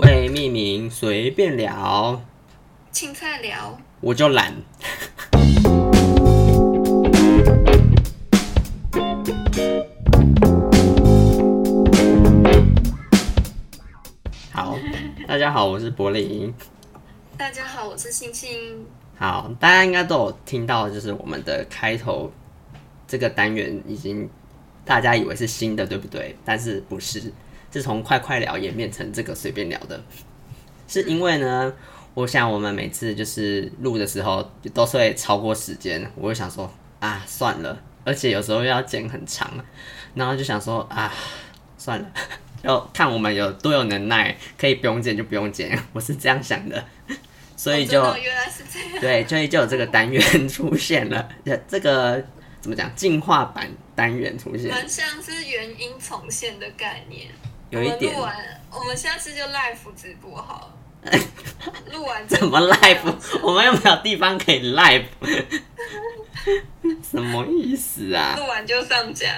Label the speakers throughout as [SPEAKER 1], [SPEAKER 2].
[SPEAKER 1] 被命名随便聊，
[SPEAKER 2] 请再聊。
[SPEAKER 1] 我就懒。 好，大家好，我是柏林。
[SPEAKER 2] 大家好，我是星星。
[SPEAKER 1] 好，大家应该都有听到，就是我们的开头这个单元已经大家以为是新的，对不对？但是不是，是从快快聊演变成这个随便聊的，是因为呢，我想我们每次就是录的时候都是会超过时间，我就想说啊算了，而且有时候又要剪很长，然后就想说啊算了，要看我们有多有能耐，可以不用剪就不用剪，我是这样想的， 所以就。
[SPEAKER 2] 哦真的原来是这 样。
[SPEAKER 1] 对，所以就有这个单元 出现了，呃这个怎么讲，进化版单元出现，
[SPEAKER 2] 蛮像是原因重现的概念。
[SPEAKER 1] 有一点
[SPEAKER 2] 我们录完，我们下次就 live 直播好了。录完 这
[SPEAKER 1] 怎么 live，我 们又没有地方可以 live，什么意思啊？
[SPEAKER 2] 录完就上架，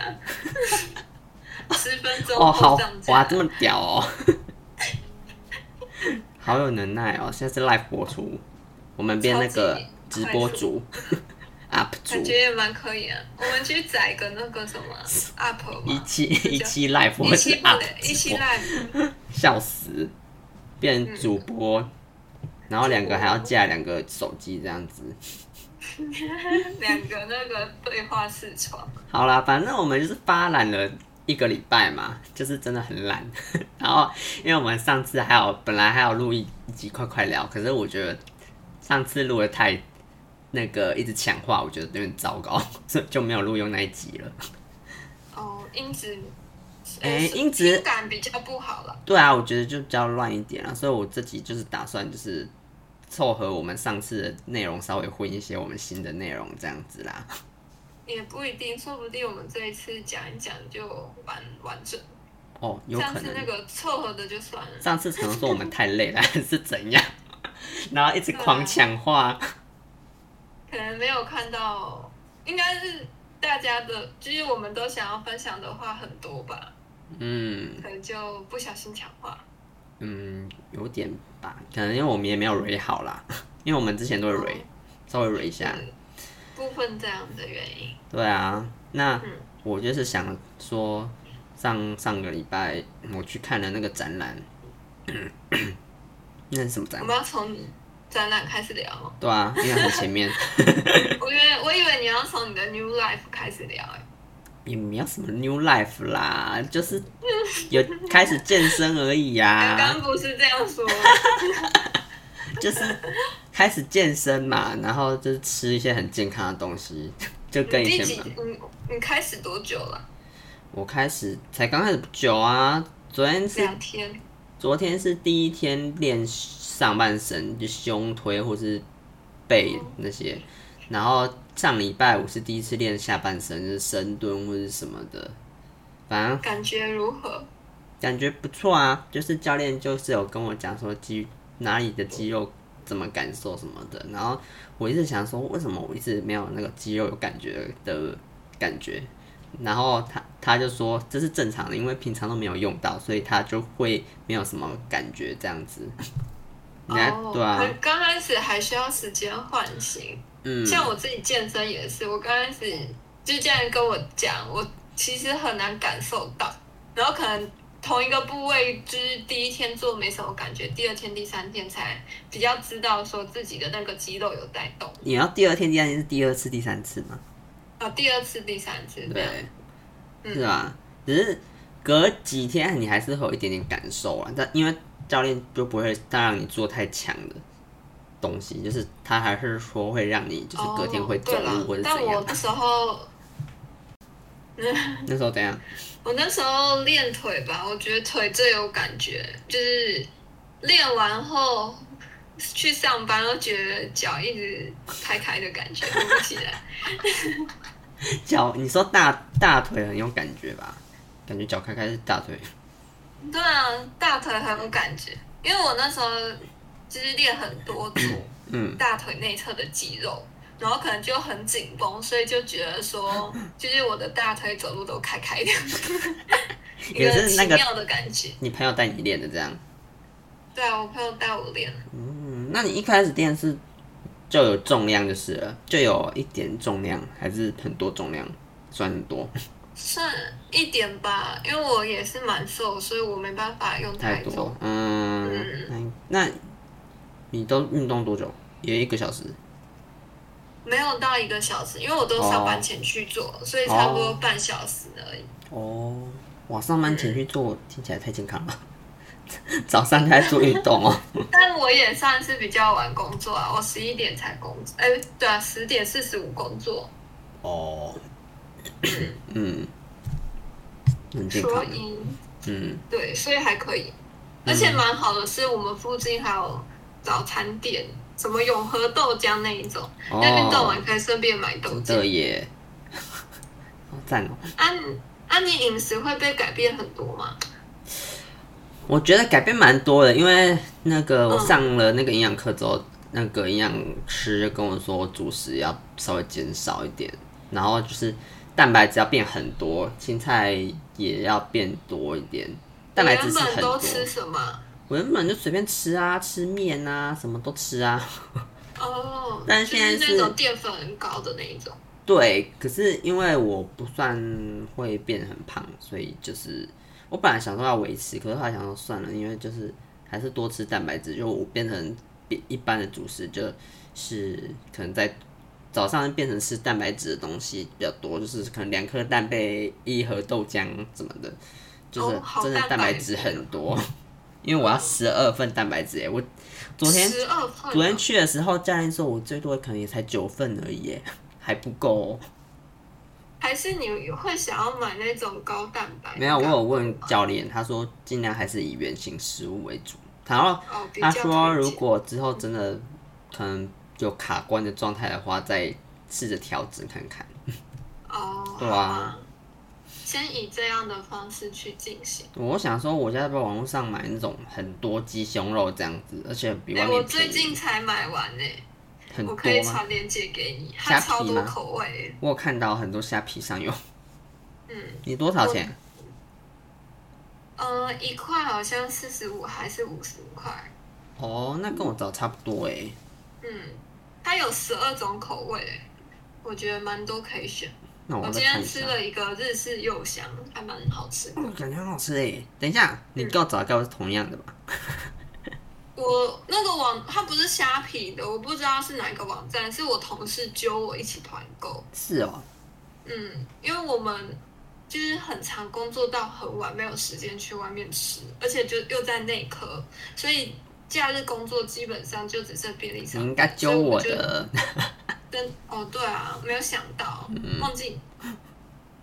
[SPEAKER 2] 十分钟
[SPEAKER 1] 哦，好
[SPEAKER 2] 后上架。
[SPEAKER 1] 哇，这么屌哦， 好有能耐哦！现在是 live 播出，我们变那个
[SPEAKER 2] 超
[SPEAKER 1] 直
[SPEAKER 2] 级
[SPEAKER 1] 播主，UP
[SPEAKER 2] 感
[SPEAKER 1] 主，
[SPEAKER 2] 觉也蛮可以啊。我们去载个那个什么 up
[SPEAKER 1] 一
[SPEAKER 2] 吧，
[SPEAKER 1] 期一期 live，我
[SPEAKER 2] 一
[SPEAKER 1] 是
[SPEAKER 2] 期不
[SPEAKER 1] UP
[SPEAKER 2] 能，一
[SPEAKER 1] 主
[SPEAKER 2] 期 live。
[SPEAKER 1] 笑死，变成主播，然后两个还要架两个手机这样子。
[SPEAKER 2] 两个那个对话视窗，
[SPEAKER 1] 好啦，反正我们就是发懒了一个礼拜嘛，就是真的很懒。 然后因为我们上次还有本来还有录一一集快快聊，可是我觉得上次录的太那个一直抢话，我觉得有点糟糕， 所以就没有录用那一集了。
[SPEAKER 2] 哦，音质，
[SPEAKER 1] 哎
[SPEAKER 2] 呃
[SPEAKER 1] 音质
[SPEAKER 2] 听感比较不好了。
[SPEAKER 1] 对啊，我觉得就比较乱一点啊，所以我自己就是打算就是凑合我们上次的内容，稍微混一些我们新的内容这样子啦。
[SPEAKER 2] 也不一定，说不定我们这一次讲一讲就完完整。
[SPEAKER 1] 哦，有
[SPEAKER 2] 上
[SPEAKER 1] 可
[SPEAKER 2] 次
[SPEAKER 1] 能。
[SPEAKER 2] 那个凑合的就算了，
[SPEAKER 1] 上次常说我们太累 了，还是怎样？ 然后一直狂抢话，
[SPEAKER 2] 啊可能没有看到，应该是大家的，就是我们都想要分享的话很多吧，
[SPEAKER 1] 嗯
[SPEAKER 2] 可能就不小心讲话。
[SPEAKER 1] 嗯，有点吧，可能因为我们也没有蕊好啦， 因为我们之前都会蕊，稍微蕊一下。
[SPEAKER 2] 哦嗯部分这样的原因，
[SPEAKER 1] 对啊，那
[SPEAKER 2] 嗯
[SPEAKER 1] 我就是想说，上上个礼拜我去看了那个展览， 那是什么展
[SPEAKER 2] 我？们要从展览开始聊吗。
[SPEAKER 1] 对啊，因为很前面，
[SPEAKER 2] 我以为我以为你要从你的 new life 开始聊、哎，
[SPEAKER 1] 也没有什么 new life 啦，就是有开始健身而已呀、
[SPEAKER 2] 刚刚不是这样说。
[SPEAKER 1] 就是开始健身嘛，然后就是吃一些很健康的东西， 就 跟
[SPEAKER 2] 你
[SPEAKER 1] 以
[SPEAKER 2] 第
[SPEAKER 1] 前
[SPEAKER 2] 几
[SPEAKER 1] 嘛。？
[SPEAKER 2] 你你开始多久了？
[SPEAKER 1] 我开始才刚开始不久啊，昨天是
[SPEAKER 2] 两天。
[SPEAKER 1] 昨天是第一天练上半身，就胸推或是背那些，然后上礼拜五是第一次练下半身，就是深蹲或是什么的，反正
[SPEAKER 2] 感觉如何？
[SPEAKER 1] 感觉不错啊。就是教练就是有跟我讲说肌哪里的肌肉怎么感受什么的，然后我一直想说为什么我一直没有那个肌肉有感觉的感觉，然后他他就说这是正常的，因为平常都没有用到，所以他就会没有什么感觉这样子。你还
[SPEAKER 2] 哦
[SPEAKER 1] 对啊，
[SPEAKER 2] 可刚开始还需要时间唤醒。
[SPEAKER 1] 嗯，
[SPEAKER 2] 像我自己健身也是，我刚开始就这样跟我讲，我其实很难感受到，然后可能同一个部位就是第一天做没什么感觉，第二天、第三天才比较知道说自己的那个肌肉有在动。
[SPEAKER 1] 你要第二天、第三天是第二次、第三次吗？
[SPEAKER 2] 啊，第二次、第三次这样。
[SPEAKER 1] 对，
[SPEAKER 2] 嗯
[SPEAKER 1] 是啊，只是隔几天哎你还是会有一点点感受啊，但因为教练就不会再让你做太强的东西，就是他还是说会让你就是隔天会走
[SPEAKER 2] 哦对
[SPEAKER 1] 路
[SPEAKER 2] 啦
[SPEAKER 1] 或者
[SPEAKER 2] 但
[SPEAKER 1] 怎样。
[SPEAKER 2] 我那时候
[SPEAKER 1] 那时候怎样？
[SPEAKER 2] 我那时候练腿吧，我觉得腿最有感觉，就是练完后去上班都觉得脚一直开开的感觉，鼓不起来。
[SPEAKER 1] 脚，你说大大腿很有感觉吧？感觉脚开开是大腿，
[SPEAKER 2] 对啊，大腿很有感觉，因为我那时候就是练很多组
[SPEAKER 1] 嗯，
[SPEAKER 2] 大腿内侧的肌肉。然后可能就很紧绷，所以就觉得说，就是我的大腿走路都开开的，一
[SPEAKER 1] 也
[SPEAKER 2] 个
[SPEAKER 1] 是
[SPEAKER 2] 奇
[SPEAKER 1] 那个
[SPEAKER 2] 妙的感觉。
[SPEAKER 1] 你朋友带你练的这样。
[SPEAKER 2] 对啊，我朋友带我练，
[SPEAKER 1] 嗯，那你一开始练是就有重量就是了，就有一点重量，还是很多重量，算很多
[SPEAKER 2] 算一点吧，因为我也是蛮瘦，所以我没办法用
[SPEAKER 1] 太
[SPEAKER 2] 太重。
[SPEAKER 1] 多。嗯，那那你都运动多久？也一个小时。
[SPEAKER 2] 没有到一个小时，因为我都上班前去做，所以差不多半小时而已。
[SPEAKER 1] 哦，哇，上班前去做，听起来太健康了。 早上开始做运动哦，
[SPEAKER 2] 但我也算是比较晚工作啊，我十一点才工作，哎、对啊，十点四十五工作，
[SPEAKER 1] 哦，嗯，很健
[SPEAKER 2] 所
[SPEAKER 1] 康，
[SPEAKER 2] 以
[SPEAKER 1] 嗯，
[SPEAKER 2] 对，所以还可以。而且蛮好的是，我们附近还有早餐店，什么永和豆浆那一种，
[SPEAKER 1] 哦
[SPEAKER 2] 那运动完可以顺便买豆
[SPEAKER 1] 真
[SPEAKER 2] 浆。
[SPEAKER 1] 的耶，好赞哦！
[SPEAKER 2] 啊你啊，你饮食会被改变很多吗？
[SPEAKER 1] 我觉得改变蛮多的，因为那个我
[SPEAKER 2] 嗯
[SPEAKER 1] 上了那个营养课之后，那个营养师跟我说主食要稍微减少一点，然后就是蛋白质要变很多，青菜也要变多一点，蛋白质
[SPEAKER 2] 你
[SPEAKER 1] 是
[SPEAKER 2] 原本
[SPEAKER 1] 很多
[SPEAKER 2] 都。吃什么？
[SPEAKER 1] 我原本就随便吃啊，吃面啊，什么都吃啊。
[SPEAKER 2] 哦，
[SPEAKER 1] 但是现在
[SPEAKER 2] 就是是那种淀粉很高的那一种。
[SPEAKER 1] 对，可是因为我不算会变很胖，所以就是我本来想说要维持，可是后来想说算了，因为就是还是多吃蛋白质，就我变成比一般的主食，就是可能在早上变成吃蛋白质的东西比较多，就是可能两颗蛋被一盒豆浆什么的，就是
[SPEAKER 2] 哦好
[SPEAKER 1] 真的蛋
[SPEAKER 2] 蛋
[SPEAKER 1] 白
[SPEAKER 2] 白
[SPEAKER 1] 质很多，因为我要十二份蛋白质耶，我昨天
[SPEAKER 2] 十二份，
[SPEAKER 1] 昨天去的时候，教练说我最多可能也才九份而已耶，还不够哦、
[SPEAKER 2] 还是你会想要买那种高蛋白？
[SPEAKER 1] 没有，我有问教练，他说尽量还是以原形食物为主。然后
[SPEAKER 2] 哦，比
[SPEAKER 1] 他
[SPEAKER 2] 较
[SPEAKER 1] 说，
[SPEAKER 2] 推
[SPEAKER 1] 如
[SPEAKER 2] 荐
[SPEAKER 1] 果之后真的可能有卡关的状态的话，再试着调整看看。
[SPEAKER 2] 哦，
[SPEAKER 1] 对啊
[SPEAKER 2] 好吧，先以这样的方式去进行。
[SPEAKER 1] 我想说，我在网络上买那种很多鸡胸肉这样子，而且比
[SPEAKER 2] 哎、
[SPEAKER 1] 外
[SPEAKER 2] 我
[SPEAKER 1] 面
[SPEAKER 2] 最
[SPEAKER 1] 便
[SPEAKER 2] 近
[SPEAKER 1] 宜
[SPEAKER 2] 才买完呢、
[SPEAKER 1] 很
[SPEAKER 2] 我可以
[SPEAKER 1] 多吗？
[SPEAKER 2] 传链接给你，
[SPEAKER 1] 虾
[SPEAKER 2] 它
[SPEAKER 1] 皮
[SPEAKER 2] 超多
[SPEAKER 1] 吗
[SPEAKER 2] 口味。
[SPEAKER 1] 我有看到很多虾皮上有，
[SPEAKER 2] 嗯
[SPEAKER 1] 你多少钱？
[SPEAKER 2] 呃，一块好像四十五还是五十五块？
[SPEAKER 1] 哦，那跟我找差不多哎、
[SPEAKER 2] 嗯，它有十二种口味、我觉得蛮多可以选。
[SPEAKER 1] 那我
[SPEAKER 2] 我
[SPEAKER 1] 再
[SPEAKER 2] 今
[SPEAKER 1] 看
[SPEAKER 2] 天
[SPEAKER 1] 一下哦
[SPEAKER 2] 吃。了一个日式柚香，还蛮好吃的。
[SPEAKER 1] 感觉很好吃诶！等一下，
[SPEAKER 2] 嗯
[SPEAKER 1] 你给我找的该不是同样的吧？
[SPEAKER 2] 我那个网，它不是虾皮的，我不知道是哪一个网站，是我同事揪我一起团购。
[SPEAKER 1] 是哦，
[SPEAKER 2] 嗯，因为我们就是很常工作到很晚，没有时间去外面吃，而且就又在内科，所以假日工作基本上就只剩便利
[SPEAKER 1] 你
[SPEAKER 2] 商
[SPEAKER 1] 应
[SPEAKER 2] 店。
[SPEAKER 1] 该揪
[SPEAKER 2] 啊所以
[SPEAKER 1] 我
[SPEAKER 2] 就
[SPEAKER 1] 的，
[SPEAKER 2] 真哦，对啊，没有想到，
[SPEAKER 1] 嗯
[SPEAKER 2] 忘记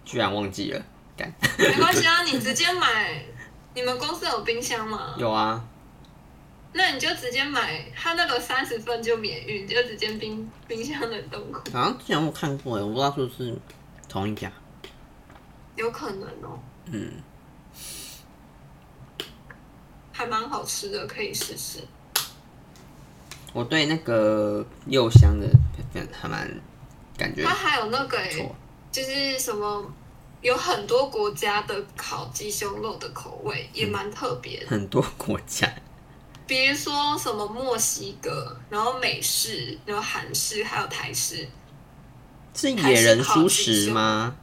[SPEAKER 1] 居然忘记了。干，
[SPEAKER 2] 没关系啊，你直接买。 你们公司有冰箱吗？
[SPEAKER 1] 有啊，
[SPEAKER 2] 那你就直接买，它那个三十份就免运，就直接冰冰箱冷冻库，
[SPEAKER 1] 好像之前我看过欸诶，我不知道是不是同一家。
[SPEAKER 2] 有可能哦，
[SPEAKER 1] 嗯，
[SPEAKER 2] 还蛮好吃的，可以试试。
[SPEAKER 1] 我对那个柚香的还蛮感觉
[SPEAKER 2] 它还有那个、
[SPEAKER 1] 不
[SPEAKER 2] 欸
[SPEAKER 1] 错，
[SPEAKER 2] 就是什么，有很多国家的烤鸡胸肉的口味也
[SPEAKER 1] 嗯
[SPEAKER 2] 蛮特别的，
[SPEAKER 1] 很多国家
[SPEAKER 2] 比如说什么墨西哥，然后美式，然后韩式，还有台式。
[SPEAKER 1] 是野人蔬食吗？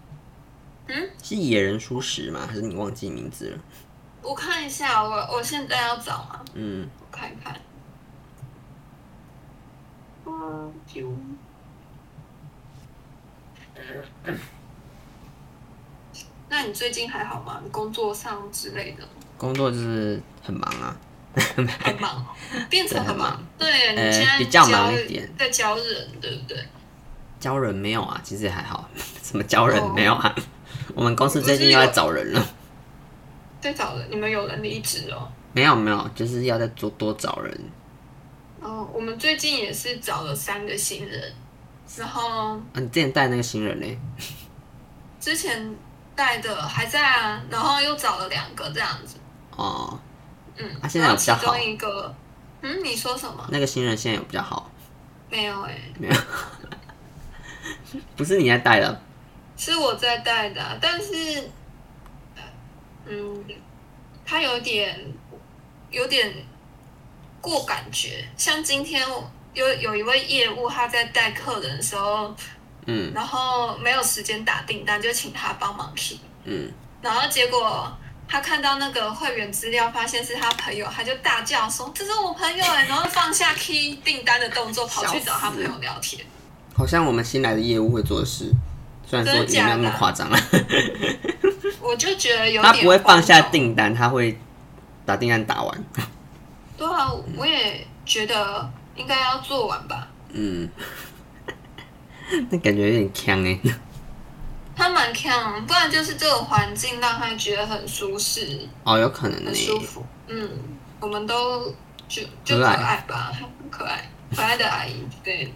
[SPEAKER 2] 嗯，
[SPEAKER 1] 是野人蔬食吗？还是你忘记名字了？
[SPEAKER 2] 我看一下，我我现在要找啊，
[SPEAKER 1] 嗯，
[SPEAKER 2] 我看一看。嗯，就那你最近还好吗？你工作上之类的？
[SPEAKER 1] 工作就是很忙啊。
[SPEAKER 2] 很忙哦，变成很忙。对，
[SPEAKER 1] 呃
[SPEAKER 2] 你现在
[SPEAKER 1] 比较忙
[SPEAKER 2] 教
[SPEAKER 1] 一点
[SPEAKER 2] 在教人，对不对？
[SPEAKER 1] 教人没有啊，其实也还好。 什么教人
[SPEAKER 2] 哦
[SPEAKER 1] 没有啊？我们公司最近又在找人了。
[SPEAKER 2] 在找人，你们有人离职哦。
[SPEAKER 1] 没有没有，就是要再多多找人。
[SPEAKER 2] 哦，我们最近也是找了三个新人，然后
[SPEAKER 1] 啊，你之前带那个新人呢？
[SPEAKER 2] 之前带的还在啊，然后又找了两个这样子。
[SPEAKER 1] 哦，
[SPEAKER 2] 嗯，
[SPEAKER 1] 啊现在有
[SPEAKER 2] 然后
[SPEAKER 1] 比
[SPEAKER 2] 其
[SPEAKER 1] 较好
[SPEAKER 2] 中一个，嗯，你说什么？
[SPEAKER 1] 那个新人现在有比较好，
[SPEAKER 2] 没有哎、
[SPEAKER 1] 没有？不是你在带的，
[SPEAKER 2] 是我在带的啊、但是，呃嗯，他有点有点过感觉。像今天我有有一位业务，他在带客人的时候，
[SPEAKER 1] 嗯
[SPEAKER 2] 然后没有时间打订单，就请他帮忙批。
[SPEAKER 1] 嗯，
[SPEAKER 2] 然后结果他看到那个会员资料，发现是他朋友，他就大叫说：“这是我朋友哎！”然后放下 key 订单的动作，跑去找他朋友聊天。
[SPEAKER 1] 好像我们新来的业务会做的事，虽然说也没有那么夸张啊，
[SPEAKER 2] 我就觉得有点
[SPEAKER 1] 他不会放下
[SPEAKER 2] 荒谬
[SPEAKER 1] 订单，他会把订单打完。
[SPEAKER 2] 对啊，我也觉得应该要做完吧。
[SPEAKER 1] 嗯， 那感觉有点呛哎、
[SPEAKER 2] 他蛮强，不然就是这个环境让他觉得很舒适、
[SPEAKER 1] 哦，有可能呢、
[SPEAKER 2] 很舒服。嗯，我们都就就
[SPEAKER 1] 可
[SPEAKER 2] 可
[SPEAKER 1] 爱
[SPEAKER 2] 爱吧，很可爱，可爱的阿姨。对，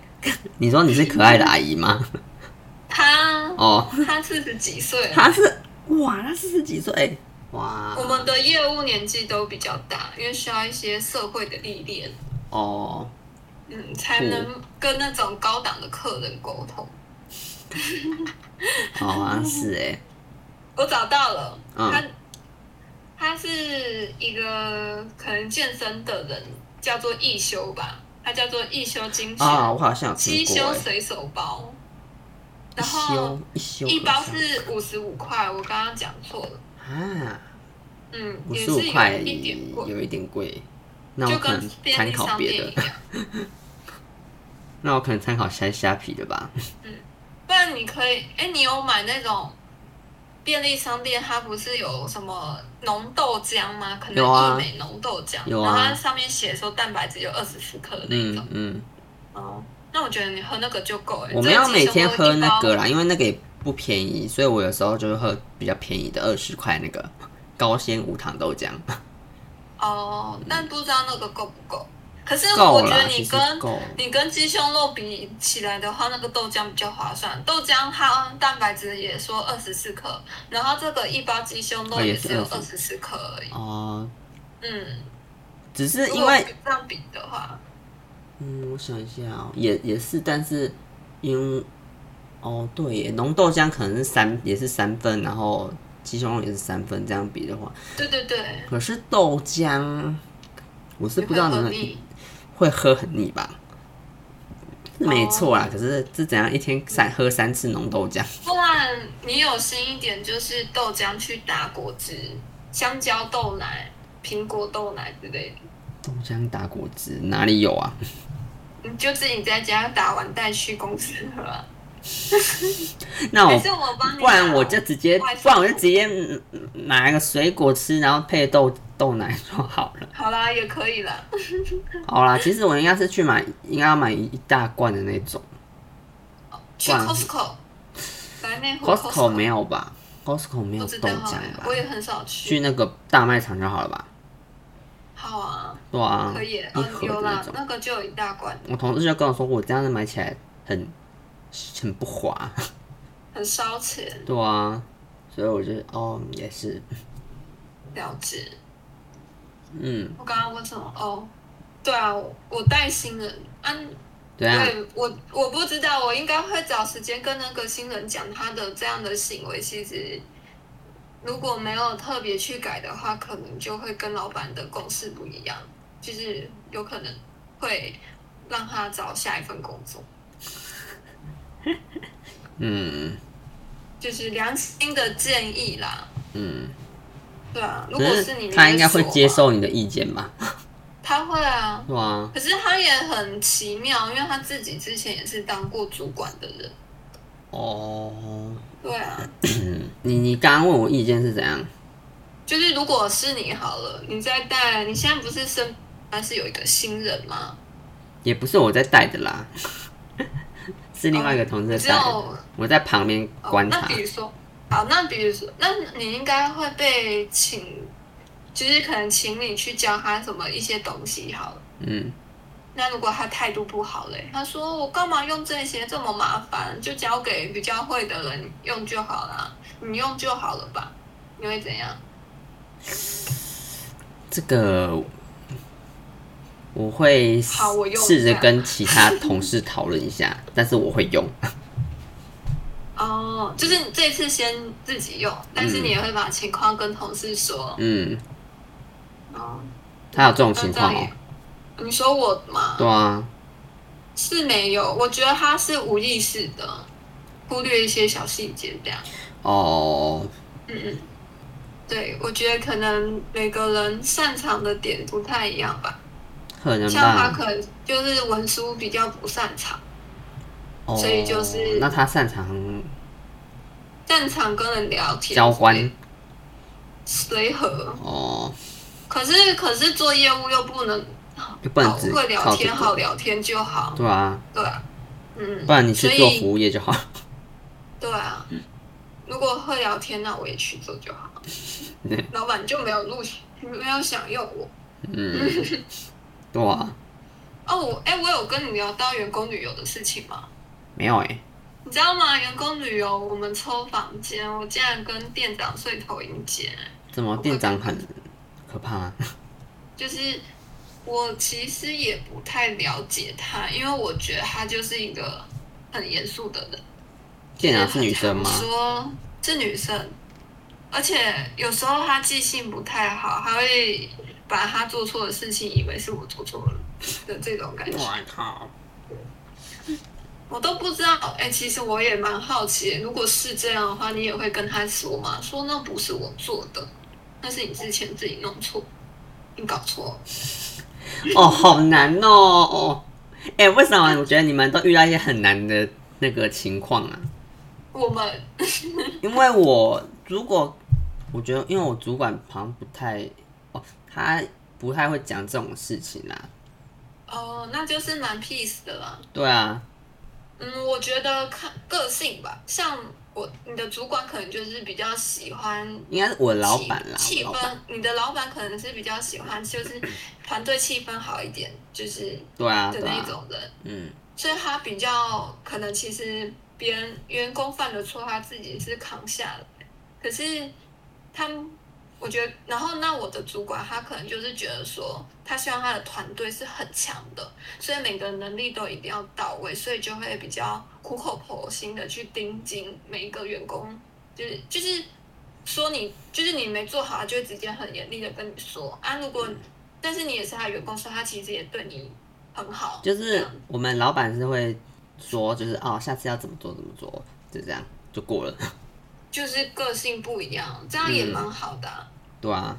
[SPEAKER 1] 你说你是可爱的阿姨吗？
[SPEAKER 2] 她
[SPEAKER 1] 哦，
[SPEAKER 2] 她四十几岁，
[SPEAKER 1] 她是哇，她四十几岁、哇，
[SPEAKER 2] 我们的业务年纪都比较大，因为需要一些社会的历练，
[SPEAKER 1] 哦，
[SPEAKER 2] 嗯，才能跟那种高档的客人沟通。
[SPEAKER 1] 好像是哎、
[SPEAKER 2] 我找到了，
[SPEAKER 1] 嗯
[SPEAKER 2] 他他是一个可能健身的人，叫做一休吧，他叫做一休精选，
[SPEAKER 1] 啊，我好像有
[SPEAKER 2] 七
[SPEAKER 1] 听过
[SPEAKER 2] 休
[SPEAKER 1] 哎、
[SPEAKER 2] 随手包，
[SPEAKER 1] 一
[SPEAKER 2] 然后
[SPEAKER 1] 休一休
[SPEAKER 2] 一
[SPEAKER 1] 和
[SPEAKER 2] 包
[SPEAKER 1] 尚
[SPEAKER 2] 是五十五块，我刚刚讲错了，
[SPEAKER 1] 啊，
[SPEAKER 2] 嗯，
[SPEAKER 1] 五
[SPEAKER 2] 也
[SPEAKER 1] 十
[SPEAKER 2] 是
[SPEAKER 1] 五块
[SPEAKER 2] 有一点贵，
[SPEAKER 1] 有一点贵，那我
[SPEAKER 2] 就
[SPEAKER 1] 可
[SPEAKER 2] 跟
[SPEAKER 1] 能
[SPEAKER 2] 便
[SPEAKER 1] 参
[SPEAKER 2] 利
[SPEAKER 1] 考
[SPEAKER 2] 商
[SPEAKER 1] 别
[SPEAKER 2] 店
[SPEAKER 1] 的
[SPEAKER 2] 一，样。
[SPEAKER 1] 那我可能参考虾虾皮的吧。
[SPEAKER 2] 不然你可以，哎，你有买那种便利商店，它不是有什么浓豆浆吗？可能
[SPEAKER 1] 有啊
[SPEAKER 2] 一美浓豆浆，
[SPEAKER 1] 有啊
[SPEAKER 2] 然后它上面写说蛋白质有二十四克的那种
[SPEAKER 1] 嗯。嗯，
[SPEAKER 2] 哦，那我觉得你喝那个就够了。
[SPEAKER 1] 我没有每天喝那
[SPEAKER 2] 这一集生活一
[SPEAKER 1] 个啦，因为那个也不便宜，所以我有时候就会喝比较便宜的二十块那个高纤无糖豆浆。
[SPEAKER 2] 包哦，但不知道那个够不够。可是
[SPEAKER 1] 够
[SPEAKER 2] 我觉
[SPEAKER 1] 啦
[SPEAKER 2] 得
[SPEAKER 1] 其
[SPEAKER 2] 你
[SPEAKER 1] 实
[SPEAKER 2] 跟
[SPEAKER 1] 够
[SPEAKER 2] 你跟鸡胸肉比起来的话，那个豆浆比较划算。豆浆它蛋白质也说二十四克，然后这个一包鸡胸肉
[SPEAKER 1] 哦也是
[SPEAKER 2] 只有
[SPEAKER 1] 24
[SPEAKER 2] 二十四克而已。
[SPEAKER 1] 哦、
[SPEAKER 2] 嗯，
[SPEAKER 1] 只是
[SPEAKER 2] 如
[SPEAKER 1] 因
[SPEAKER 2] 果
[SPEAKER 1] 为
[SPEAKER 2] 这样比的话，
[SPEAKER 1] 嗯，我想一下哦，也也是，但是因为哦对耶，浓豆浆可能是三也是三分，然后鸡胸肉也是三分，这样比的话，
[SPEAKER 2] 对对对，
[SPEAKER 1] 可是豆浆我是
[SPEAKER 2] 你
[SPEAKER 1] 不
[SPEAKER 2] 会
[SPEAKER 1] 知道能
[SPEAKER 2] 很
[SPEAKER 1] 不能
[SPEAKER 2] 腻。
[SPEAKER 1] 会喝很腻吧。
[SPEAKER 2] 哦
[SPEAKER 1] 是没错啊啦，可是这怎样一天三喝三次浓豆浆？
[SPEAKER 2] 不然你有心一点，就是豆浆去打果汁，香蕉豆奶、苹果豆奶之类的。
[SPEAKER 1] 豆浆打果汁哪里有啊？
[SPEAKER 2] 你就自己在家打完带去公司喝、啊，
[SPEAKER 1] 那
[SPEAKER 2] 还
[SPEAKER 1] 我
[SPEAKER 2] 是我帮
[SPEAKER 1] 哦
[SPEAKER 2] 你打？哦
[SPEAKER 1] 不然我就直接，
[SPEAKER 2] 外送
[SPEAKER 1] 不然我就直接嗯买个水果吃，然后配豆豆奶就好 了。
[SPEAKER 2] 好啦，也可以啦。
[SPEAKER 1] 好啦，其实我应该是去买，应该要买一大罐的那 种。
[SPEAKER 2] 去
[SPEAKER 1] 不然
[SPEAKER 2] Costco，来内湖
[SPEAKER 1] Costco 没有吧？Costco 没有
[SPEAKER 2] 不
[SPEAKER 1] 豆
[SPEAKER 2] 知道
[SPEAKER 1] 浆
[SPEAKER 2] 哎、
[SPEAKER 1] 吧
[SPEAKER 2] 我？也很少
[SPEAKER 1] 去
[SPEAKER 2] 去。
[SPEAKER 1] 那个大卖场就好了吧？
[SPEAKER 2] 好啊，
[SPEAKER 1] 对啊，
[SPEAKER 2] 可以、欸，
[SPEAKER 1] 一
[SPEAKER 2] 嗯、
[SPEAKER 1] 盒
[SPEAKER 2] 有
[SPEAKER 1] 的那
[SPEAKER 2] 啦
[SPEAKER 1] 种，。
[SPEAKER 2] 那个就有一大罐，
[SPEAKER 1] 我同事就跟我说，我这样子买起来很很不划。
[SPEAKER 2] 很烧钱，
[SPEAKER 1] 对啊，所以我就哦也是，
[SPEAKER 2] 了解。
[SPEAKER 1] 嗯，
[SPEAKER 2] 我刚刚问什么？哦，对啊，我我带新人，啊，
[SPEAKER 1] 对啊，
[SPEAKER 2] 对我我不知道，我应该会找时间跟那个新人讲他的这样的行为。其实如果没有特别去改的话，可能就会跟老板的共识不一样，就是有可能会让他找下一份工作。
[SPEAKER 1] 嗯
[SPEAKER 2] 就是良心的建议啦，
[SPEAKER 1] 嗯，
[SPEAKER 2] 对啊。如
[SPEAKER 1] 可
[SPEAKER 2] 果
[SPEAKER 1] 是
[SPEAKER 2] 你，
[SPEAKER 1] 他应该会接
[SPEAKER 2] 你会说
[SPEAKER 1] 受你的意见吧？
[SPEAKER 2] 吧，他会啊。
[SPEAKER 1] 对啊，
[SPEAKER 2] 可是他也很奇妙，因为他自己之前也是当过主管的人，
[SPEAKER 1] 哦，
[SPEAKER 2] 对啊。
[SPEAKER 1] 你你刚刚问我意见是怎样？
[SPEAKER 2] 就是如果是你好了，你在带，你现在不是身但是有一个新人吗？
[SPEAKER 1] 也不是我在带的啦， 是另外一个同事
[SPEAKER 2] 哦只
[SPEAKER 1] 在带的，
[SPEAKER 2] 有
[SPEAKER 1] 我在旁边观
[SPEAKER 2] 哦哦。那
[SPEAKER 1] 察。
[SPEAKER 2] 比如说，好，那比如说，那你应该会被请，就是可能请你去教他什么一些东西好了。
[SPEAKER 1] 嗯，
[SPEAKER 2] 那如果他态度不好嘞，他说我干嘛用这些这么麻烦，就交给比较会的人用就好啦，你用就好了吧？你会怎样？
[SPEAKER 1] 这个我会
[SPEAKER 2] 好我用
[SPEAKER 1] 试
[SPEAKER 2] 这
[SPEAKER 1] 着
[SPEAKER 2] 样
[SPEAKER 1] 跟其他同事讨论一下，但是我会用。
[SPEAKER 2] 哦，就是你这次先自己用，但是你也会把情况跟同事说。
[SPEAKER 1] 嗯，
[SPEAKER 2] 哦，
[SPEAKER 1] 他有这种
[SPEAKER 2] 那
[SPEAKER 1] 情
[SPEAKER 2] 这样
[SPEAKER 1] 况哦
[SPEAKER 2] 也，你说我吗？
[SPEAKER 1] 对啊，
[SPEAKER 2] 是没有，我觉得他是无意识的，忽略一些小细节这样。嗯
[SPEAKER 1] 哦，
[SPEAKER 2] 对，我觉得可能每个人擅长的点不太一样吧。
[SPEAKER 1] 可能
[SPEAKER 2] 像他
[SPEAKER 1] 吧。
[SPEAKER 2] 可能就是文书比较不擅长，
[SPEAKER 1] 哦，
[SPEAKER 2] 所以就是
[SPEAKER 1] 那他擅长
[SPEAKER 2] 擅长跟人聊天，
[SPEAKER 1] 交官
[SPEAKER 2] 随和。
[SPEAKER 1] 哦，
[SPEAKER 2] 可是可是做业务又不能
[SPEAKER 1] 又不能
[SPEAKER 2] 好
[SPEAKER 1] 只
[SPEAKER 2] 会聊
[SPEAKER 1] 靠这
[SPEAKER 2] 天，好
[SPEAKER 1] 个，
[SPEAKER 2] 聊天就好。
[SPEAKER 1] 对啊，
[SPEAKER 2] 对啊，嗯，
[SPEAKER 1] 不然你去
[SPEAKER 2] 所以
[SPEAKER 1] 做服务业就好。
[SPEAKER 2] 对啊。如果会聊天，那我也去做就好
[SPEAKER 1] 嗯。
[SPEAKER 2] 老板就没有录，没有想用我。
[SPEAKER 1] 嗯，对啊，
[SPEAKER 2] 哦，我哎、我有跟你聊到员工旅游的事情吗？
[SPEAKER 1] 没有哎、
[SPEAKER 2] 你知道吗？员工旅游我们抽房间，我竟然跟店长睡同一间，
[SPEAKER 1] 怎么店长很可怕啊、
[SPEAKER 2] 就是我其实也不太了解他，因为我觉得他就是一个很严肃的人。
[SPEAKER 1] 店长啊是女生吗
[SPEAKER 2] 啊 我？说是女生，而且有时候他记性不太好，他会把他做错的事情以为是我做错了的这种感觉。
[SPEAKER 1] 我靠！
[SPEAKER 2] 我都不知道，哎、其实我也蛮好奇，如果是这样的话，你也会跟他说吗？说那不是我做的，那是你之前自己弄错，你搞错。
[SPEAKER 1] 哦，好难哦！哦，哎、为什么我觉得你们都遇到一些很难的那个情况啊？
[SPEAKER 2] 我们
[SPEAKER 1] 因为我如果我觉得，因为我主管好像不太哦，他不太会讲这种事情啦。
[SPEAKER 2] 哦，那就是蛮 peace 的啦。
[SPEAKER 1] 对啊，
[SPEAKER 2] 嗯，我觉得看个性吧，像我你的主管可能就是比较喜欢
[SPEAKER 1] 应该是我老板啦，
[SPEAKER 2] 气气
[SPEAKER 1] 我老板。
[SPEAKER 2] 氛，你的老板可能是比较喜欢就是团队气氛好一点，就是
[SPEAKER 1] 对啊，
[SPEAKER 2] 的
[SPEAKER 1] 对
[SPEAKER 2] 那
[SPEAKER 1] 啊，
[SPEAKER 2] 种人。
[SPEAKER 1] 嗯，
[SPEAKER 2] 所以他比较可能其实别人员工犯的错他自己是扛下来，可是他我觉得，然后那我的主管他可能就是觉得说，他希望他的团队是很强的，所以每个能力都一定要到位，所以就会比较苦口婆心的去盯紧每一个员工，就是就是说你就是你没做好，他就会直接很严厉的跟你说啊，如果但是你也是他的员工，所以他其实也对你很好，
[SPEAKER 1] 就是我们老板是会说，就是哦，下次要怎么做怎么做，就这样就过了。
[SPEAKER 2] 就是个性不一样，这样也蛮好的啊、
[SPEAKER 1] 对啊，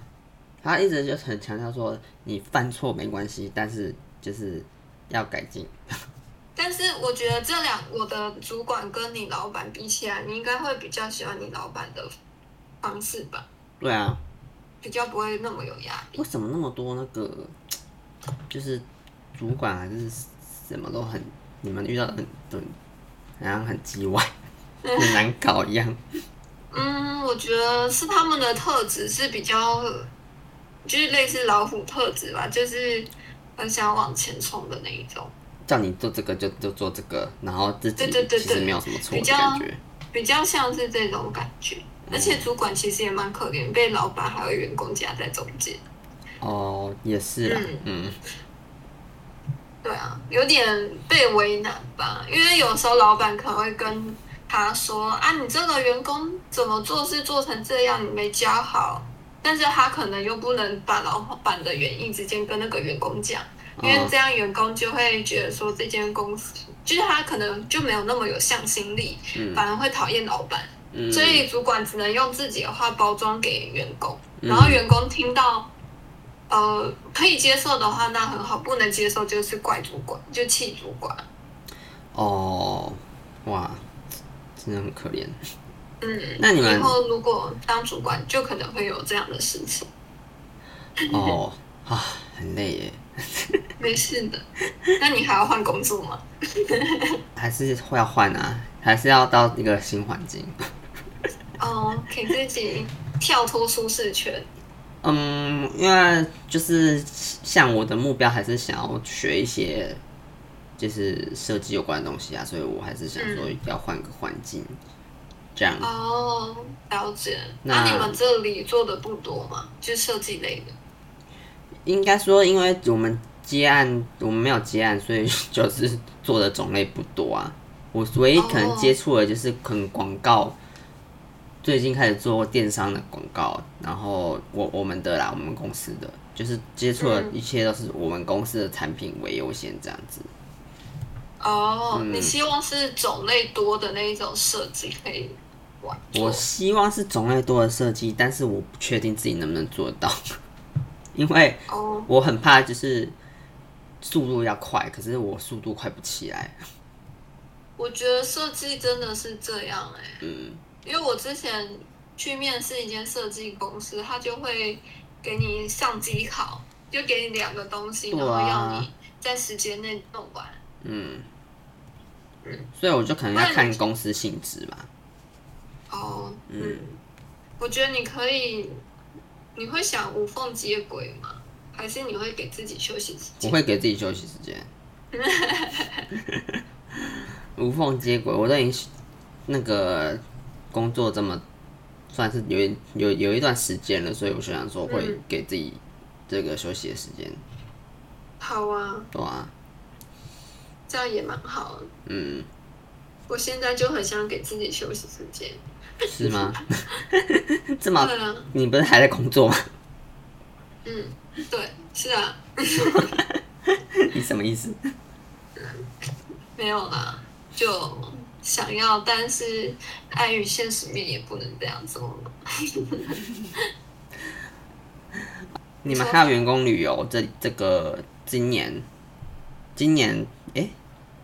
[SPEAKER 1] 他一直就很强调说，你犯错没关系，但是就是要改进。
[SPEAKER 2] 但是我觉得这两我的主管跟你老板比起来，你应该会比较喜欢你老板的方式吧，
[SPEAKER 1] 对啊，
[SPEAKER 2] 比较不会那么有压力。
[SPEAKER 1] 为什么那么多那个就是主管还是什么都很，你们遇到的很很好像很叽歪， 很难搞一样。
[SPEAKER 2] 嗯，我觉得是他们的特质是比较，就是类似老虎特质吧，就是很想往前冲的那一种，
[SPEAKER 1] 叫你做这个就就做这个，然后自己
[SPEAKER 2] 对对对
[SPEAKER 1] 其
[SPEAKER 2] 对
[SPEAKER 1] 实没有什么错的
[SPEAKER 2] 比较
[SPEAKER 1] 感觉。
[SPEAKER 2] 比较像是这种感觉。而且主管其实也蛮可怜，被老板还有员工夹在中间。
[SPEAKER 1] 哦，也是啦，嗯，
[SPEAKER 2] 对啊，有点被为难吧，因为有时候老板可能会跟他说啊，你这个员工怎么做事做成这样，你没教好，但是他可能又不能把老板的原因直接跟那个员工讲，因为
[SPEAKER 1] 哦
[SPEAKER 2] 这样员工就会觉得说这间公司就是他可能就没有那么有向心力，
[SPEAKER 1] 嗯
[SPEAKER 2] 反而会讨厌老板，
[SPEAKER 1] 嗯，
[SPEAKER 2] 所以主管只能用自己的话包装给员工，
[SPEAKER 1] 嗯
[SPEAKER 2] 然后员工听到，呃，可以接受的话那很好，不能接受就是怪主管，就气主管。
[SPEAKER 1] 哦，哇，真的很可怜。
[SPEAKER 2] 嗯，
[SPEAKER 1] 那你
[SPEAKER 2] 以
[SPEAKER 1] 们
[SPEAKER 2] 后如果当主管，就可能会有这样的事情，
[SPEAKER 1] 哦啊，很累耶，
[SPEAKER 2] 没事的。那你还要换工作吗？
[SPEAKER 1] 还是会要换啊，还是要到一个新环境。
[SPEAKER 2] 哦，给自己跳脱舒适圈。
[SPEAKER 1] 嗯，因为就是像我的目标还是想要学一些就是设计有关的东西啊，所以我还是想说要换个环境，这样。
[SPEAKER 2] 哦，了解。
[SPEAKER 1] 嗯
[SPEAKER 2] 那、
[SPEAKER 1] 那
[SPEAKER 2] 你们这里做的不多吗？就设计类的。
[SPEAKER 1] 应该说，因为我们接案，我们没有接案，所以就是做的种类不多啊。我唯一可能
[SPEAKER 2] 哦
[SPEAKER 1] 接触的就是可能广告，最近开始做电商的广告，然后我我们的啦，我们公司的就就是接触的一切都是我们公司的产品为优先这样子。
[SPEAKER 2] 哦，你
[SPEAKER 1] 嗯
[SPEAKER 2] 希望是种类多的那一种设计可以玩？
[SPEAKER 1] 我希望是种类多的设计，但是我不确定自己能不能做到， 因为
[SPEAKER 2] 哦，
[SPEAKER 1] 我很怕就是速度要快，可是我速度快不起来。
[SPEAKER 2] 我觉得设计真的是这样哎、
[SPEAKER 1] 嗯，
[SPEAKER 2] 因为我之前去面试一间设计公司，他就会给你上机考，就给你两个东西，
[SPEAKER 1] 对
[SPEAKER 2] 然
[SPEAKER 1] 啊
[SPEAKER 2] 后要你在时间内弄完。
[SPEAKER 1] 嗯
[SPEAKER 2] 嗯，
[SPEAKER 1] 所以我就可能
[SPEAKER 2] 那
[SPEAKER 1] 要
[SPEAKER 2] 你
[SPEAKER 1] 看公司性质吧。
[SPEAKER 2] 哦，
[SPEAKER 1] 嗯
[SPEAKER 2] 嗯，我觉得你可以，你会想无缝接轨吗？还是你会给自己休息时
[SPEAKER 1] 我
[SPEAKER 2] 间？
[SPEAKER 1] 会给自己休息时间， 无缝接轨。我都已经那个工作这么算是有一有有一段时间了，所以我就想说会
[SPEAKER 2] 嗯
[SPEAKER 1] 给自己这个休息的时间，
[SPEAKER 2] 好啊，
[SPEAKER 1] 对啊，
[SPEAKER 2] 这样也蛮好的。
[SPEAKER 1] 嗯，
[SPEAKER 2] 我现在就很想给自己休息时间。
[SPEAKER 1] 是吗？这么
[SPEAKER 2] 对啊，
[SPEAKER 1] 你不是还在工作吗？
[SPEAKER 2] 嗯，对，是啊，
[SPEAKER 1] 你什么意思？
[SPEAKER 2] 没有啦，就想要，但是碍于现实面也不能这样做。
[SPEAKER 1] 你们还有员工旅游这这个今年，今年哎，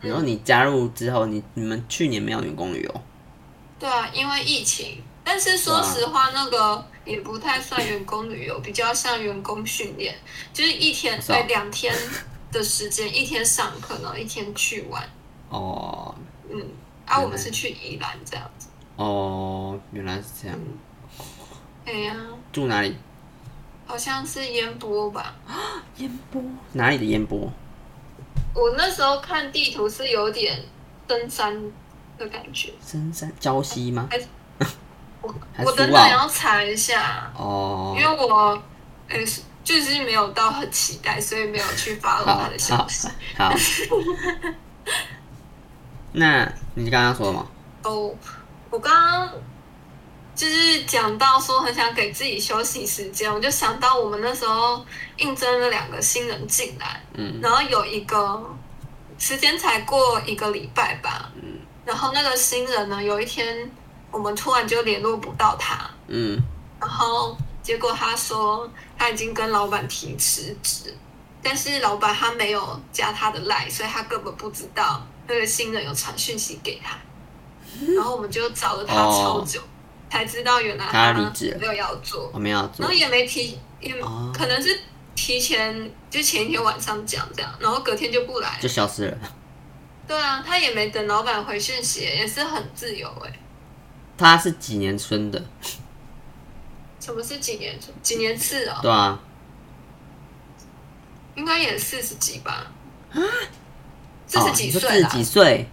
[SPEAKER 2] 嗯
[SPEAKER 1] 然后你加入之后，你你们去年没有员工旅游，
[SPEAKER 2] 对啊，因为疫情，但是说实话，那个也不太算员工旅游，比较像员工训练，就是一天
[SPEAKER 1] 是啊
[SPEAKER 2] 对两天的时间，一天上课，然后一天去玩。
[SPEAKER 1] 哦
[SPEAKER 2] 嗯，啊，
[SPEAKER 1] 嗯
[SPEAKER 2] 我们是去宜兰这样子。嗯
[SPEAKER 1] 哦，原来是这样。
[SPEAKER 2] 哎呀，
[SPEAKER 1] 住哪里？
[SPEAKER 2] 好像是烟波吧。
[SPEAKER 1] 烟波？哪里的烟波？
[SPEAKER 2] 我那时候看地图是有点登山的感觉，
[SPEAKER 1] 深山礁溪吗？
[SPEAKER 2] 我
[SPEAKER 1] 还
[SPEAKER 2] 我
[SPEAKER 1] 苏
[SPEAKER 2] 等等
[SPEAKER 1] 澳
[SPEAKER 2] 要查一下，
[SPEAKER 1] 哦
[SPEAKER 2] 因，为我诶、就是没有到很期待，所以没有去 follow 他
[SPEAKER 1] 好
[SPEAKER 2] 的
[SPEAKER 1] 好
[SPEAKER 2] 消息。
[SPEAKER 1] 好。那你刚刚说什么？
[SPEAKER 2] 哦，我刚刚就是讲到说很想给自己休息时间，我就想到我们那时候应征了两个新人进来，
[SPEAKER 1] 嗯
[SPEAKER 2] 然后有一个时间才过一个礼拜吧，
[SPEAKER 1] 嗯
[SPEAKER 2] 然后那个新人呢，有一天我们突然就联络不到他，
[SPEAKER 1] 嗯，
[SPEAKER 2] 然后结果他说他已经跟老板提辞职，但是老板他没有加他的赖，所以他根本不知道那个新人有传讯息给他。
[SPEAKER 1] 嗯
[SPEAKER 2] 然后我们就找了他超久，才知道原来
[SPEAKER 1] 哦他离职了
[SPEAKER 2] 没有要做，
[SPEAKER 1] 我们要
[SPEAKER 2] 然
[SPEAKER 1] 做
[SPEAKER 2] 后。也没提，也
[SPEAKER 1] 哦
[SPEAKER 2] 可能是提前就前一天晚上讲这样，然后隔天就不来
[SPEAKER 1] 就。消失了。
[SPEAKER 2] 对啊，他也没等老板回讯息，也是很自由哎、
[SPEAKER 1] 他是几年生的？
[SPEAKER 2] 什么是几年几年次哦？
[SPEAKER 1] 对啊，
[SPEAKER 2] 应该也四十几吧？四
[SPEAKER 1] 啊哦
[SPEAKER 2] 十几
[SPEAKER 1] 你说
[SPEAKER 2] 岁
[SPEAKER 1] 四
[SPEAKER 2] 啦
[SPEAKER 1] 十，几 岁？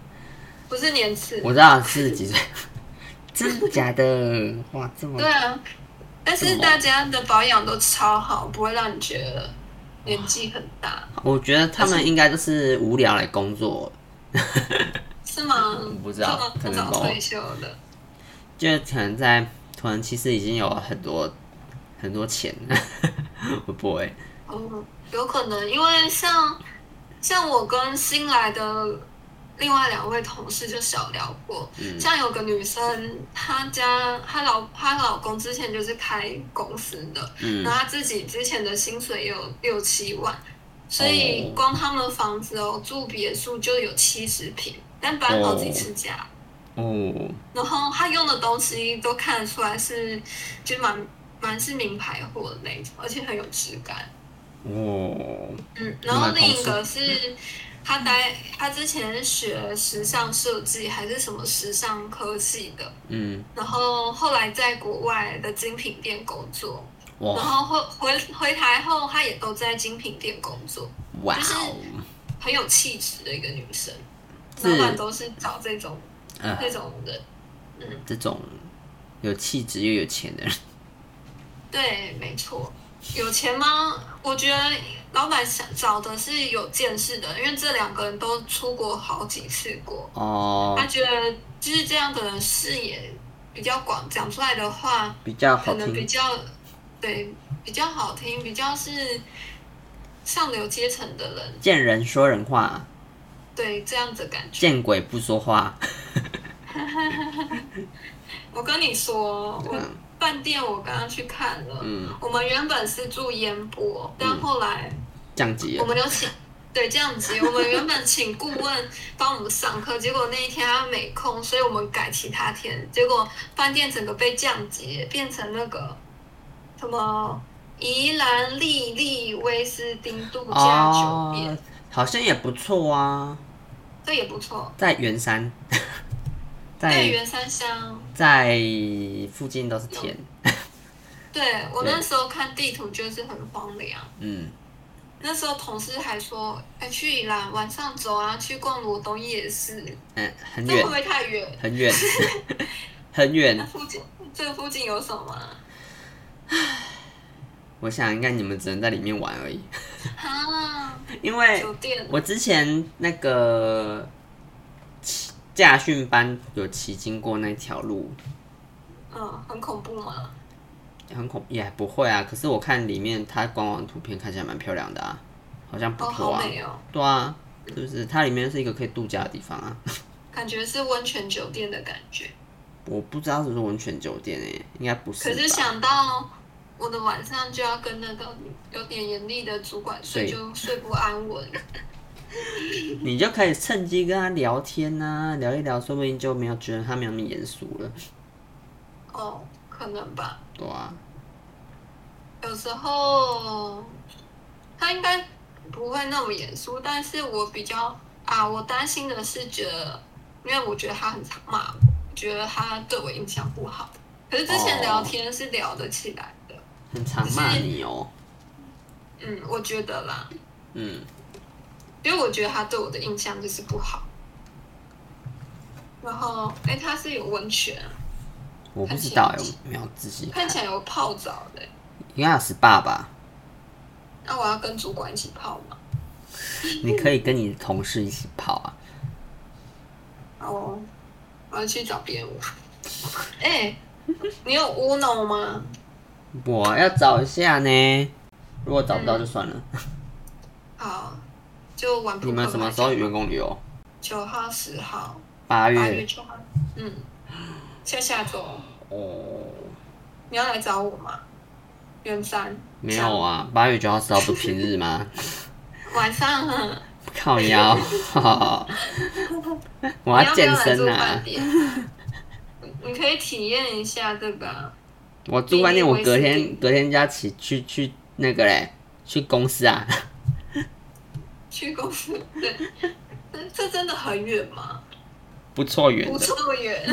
[SPEAKER 2] 不是年次。
[SPEAKER 1] 我知道四十几岁，真的假的？哇，这么
[SPEAKER 2] 对啊，但是大家的保养都超好，不会让你觉得年纪很大，
[SPEAKER 1] 我觉得他们应该都是无聊来工作，
[SPEAKER 2] 是吗？
[SPEAKER 1] 不知道
[SPEAKER 2] 这么
[SPEAKER 1] 可能吧
[SPEAKER 2] 早退休的，
[SPEAKER 1] 就可能在可能其实已经有很多很多钱了， 会不会？
[SPEAKER 2] 哦，有可能，因为像像我跟新来的另外两位同事就小聊过，
[SPEAKER 1] 嗯
[SPEAKER 2] 像有个女生，她家她老她老公之前就是开公司的，
[SPEAKER 1] 嗯
[SPEAKER 2] 然后他自己之前的薪水也有六七万，所
[SPEAKER 1] 哦
[SPEAKER 2] 以光他们房子哦，住别墅就有七十平，但搬好几次家，
[SPEAKER 1] 哦，
[SPEAKER 2] 然后他用的东西都看得出来是，就蛮蛮是名牌货的那一种，而且很有质感。
[SPEAKER 1] 哦，
[SPEAKER 2] 嗯，然后另一个是他待他之前学时尚设计还是什么时尚科系的，
[SPEAKER 1] 嗯，
[SPEAKER 2] 然后后来在国外的精品店工作，然
[SPEAKER 1] 哇
[SPEAKER 2] 后回回回台后，她也都在精品店工作，
[SPEAKER 1] 哇
[SPEAKER 2] 就是
[SPEAKER 1] 哦，
[SPEAKER 2] 很有气质的一个女生。
[SPEAKER 1] 是
[SPEAKER 2] 老板都是找这种
[SPEAKER 1] 呃，
[SPEAKER 2] 这种人，
[SPEAKER 1] 这种有气质又有钱的人，
[SPEAKER 2] 对，没错。有钱吗？我觉得老板想找的是有见识的，因为这两个人都出国好几次国，
[SPEAKER 1] 哦
[SPEAKER 2] 他，觉得就是这样的人视野比较广，讲出来的话
[SPEAKER 1] 比较
[SPEAKER 2] 可
[SPEAKER 1] 好
[SPEAKER 2] 能比
[SPEAKER 1] 听，
[SPEAKER 2] 较对，比较好听，比较是上流阶层的人，
[SPEAKER 1] 见人说人话，
[SPEAKER 2] 对这样子的感觉。
[SPEAKER 1] 见鬼不说话。
[SPEAKER 2] 我跟你说，我
[SPEAKER 1] 嗯
[SPEAKER 2] 饭店我刚刚去看了，
[SPEAKER 1] 嗯，
[SPEAKER 2] 我们原本是住烟波，但后来
[SPEAKER 1] 降级
[SPEAKER 2] 我
[SPEAKER 1] 了。
[SPEAKER 2] 们有请。对，这样子，我们原本请顾问帮我们上课，结果那一天他没空，所以我们改其他天。结果饭店整个被降级，变成那个什么宜兰丽丽威斯汀度假酒店，
[SPEAKER 1] 哦，好像也不错啊，
[SPEAKER 2] 这也不错。
[SPEAKER 1] 在圆 山，
[SPEAKER 2] 对，
[SPEAKER 1] 在
[SPEAKER 2] 原山乡，
[SPEAKER 1] 在附近都是田。
[SPEAKER 2] 对我
[SPEAKER 1] 对
[SPEAKER 2] 那时候看地图就是很荒凉。
[SPEAKER 1] 嗯，
[SPEAKER 2] 那时候同事还说，哎、去宜兰晚上走啊，去逛罗东夜市，
[SPEAKER 1] 嗯，很
[SPEAKER 2] 这会
[SPEAKER 1] 远
[SPEAKER 2] 不，会太远？
[SPEAKER 1] 很 远，很
[SPEAKER 2] 那
[SPEAKER 1] 远。
[SPEAKER 2] 附近这附近有什么啊？
[SPEAKER 1] 我想应该你们只能在里面玩而已，
[SPEAKER 2] 啊，
[SPEAKER 1] 因为
[SPEAKER 2] 酒店
[SPEAKER 1] 哎我之前那个骑驾训班有骑经过那条路，
[SPEAKER 2] 嗯，很恐怖吗？
[SPEAKER 1] 很恐也不会啊。可是我看里面它官网图片看起来蛮漂亮的啊，好像不
[SPEAKER 2] 哦，
[SPEAKER 1] 错
[SPEAKER 2] 好
[SPEAKER 1] 啊。
[SPEAKER 2] 美哦，
[SPEAKER 1] 对啊，是不是？它里面是一个可以度假的地方啊。
[SPEAKER 2] 感觉是温泉酒店的感觉。
[SPEAKER 1] 我不知道是不是温泉酒店诶、应该不是吧。
[SPEAKER 2] 可是想到我的晚上就要跟那个有点严厉的主管睡，
[SPEAKER 1] 对
[SPEAKER 2] 就睡不安稳。
[SPEAKER 1] 你就可以趁机跟他聊天呐、聊一聊，说不定就没有觉得他没有那么严肃了。
[SPEAKER 2] 哦，可能吧。
[SPEAKER 1] 对啊，
[SPEAKER 2] 有时候他应该不会那么严肃，但是我比较啊，我担心的是觉得，因为我觉得他很常骂我，觉得他对我印象不好。可是之前
[SPEAKER 1] 哦
[SPEAKER 2] 聊天是聊得起来的，
[SPEAKER 1] 很常骂你哦、
[SPEAKER 2] 嗯，我觉得啦，
[SPEAKER 1] 嗯，
[SPEAKER 2] 因为我觉得他对我的印象就是不好。然后，哎，他是有温泉，
[SPEAKER 1] 我不知道诶、我没有仔细
[SPEAKER 2] 看
[SPEAKER 1] 看，
[SPEAKER 2] 起来有泡澡的，
[SPEAKER 1] 应该有 SPA 吧？
[SPEAKER 2] 那我要跟主管一起泡吗？
[SPEAKER 1] 你可以跟你同事一起泡啊。
[SPEAKER 2] 哦，我要去找别人玩。哎、你有 Uno 吗？
[SPEAKER 1] 我要找一下呢，如果找不到就算了。
[SPEAKER 2] 好，就玩扑
[SPEAKER 1] 你
[SPEAKER 2] 克牌。
[SPEAKER 1] 们什么时候哎员工旅游？
[SPEAKER 2] 九号、十号，
[SPEAKER 1] 八
[SPEAKER 2] 八
[SPEAKER 1] 月
[SPEAKER 2] 月九号。嗯，下下周
[SPEAKER 1] 哦，
[SPEAKER 2] 你要来找我吗？元山
[SPEAKER 1] 没有啊，八月九号知道不是平日吗？
[SPEAKER 2] 晚上啊，
[SPEAKER 1] 靠 腰，我
[SPEAKER 2] 你
[SPEAKER 1] 要
[SPEAKER 2] 不要
[SPEAKER 1] 健
[SPEAKER 2] 来住
[SPEAKER 1] 身
[SPEAKER 2] 饭
[SPEAKER 1] 啊！
[SPEAKER 2] 店？你可以体验一下这个啊、
[SPEAKER 1] 我住饭店，我隔
[SPEAKER 2] 毕竟我也
[SPEAKER 1] 天
[SPEAKER 2] 是
[SPEAKER 1] 隔天就要起去去那个嘞，去公司啊。
[SPEAKER 2] 去公司。对，这这真的很远吗？
[SPEAKER 1] 不错远
[SPEAKER 2] 不
[SPEAKER 1] 的，
[SPEAKER 2] 错远，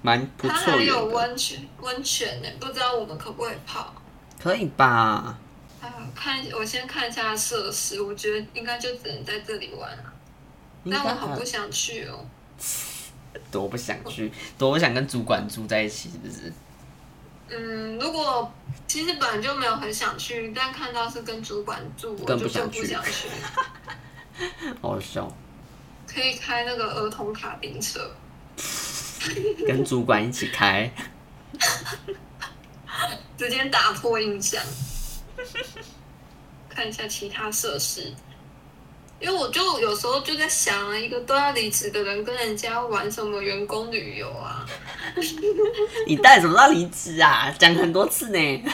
[SPEAKER 1] 蛮不
[SPEAKER 2] 它
[SPEAKER 1] 错
[SPEAKER 2] 还有
[SPEAKER 1] 远的，
[SPEAKER 2] 温泉，温泉呢、不知道我们可不可以泡。
[SPEAKER 1] 可以吧？
[SPEAKER 2] 啊，看我先看一下设施，我觉得应该就只能在这里玩了。
[SPEAKER 1] 应该
[SPEAKER 2] 但我好
[SPEAKER 1] 还
[SPEAKER 2] 不想去哦，
[SPEAKER 1] 多不想去，多不想跟主管住在一起，是不是？
[SPEAKER 2] 嗯，如果其实本来就没有很想去，但看到是跟主管住，我
[SPEAKER 1] 更不
[SPEAKER 2] 就
[SPEAKER 1] 想
[SPEAKER 2] 更不
[SPEAKER 1] 去
[SPEAKER 2] 想去。
[SPEAKER 1] 好笑，
[SPEAKER 2] 可以开那个儿童卡丁车，
[SPEAKER 1] 跟主管一起开，
[SPEAKER 2] 直接打破印象。看一下其他设施，因为我就有时候就在想啊，一个都要离职的人跟人家玩什么员工旅游啊？
[SPEAKER 1] 你到底什么时候离职啊？讲很多次呢。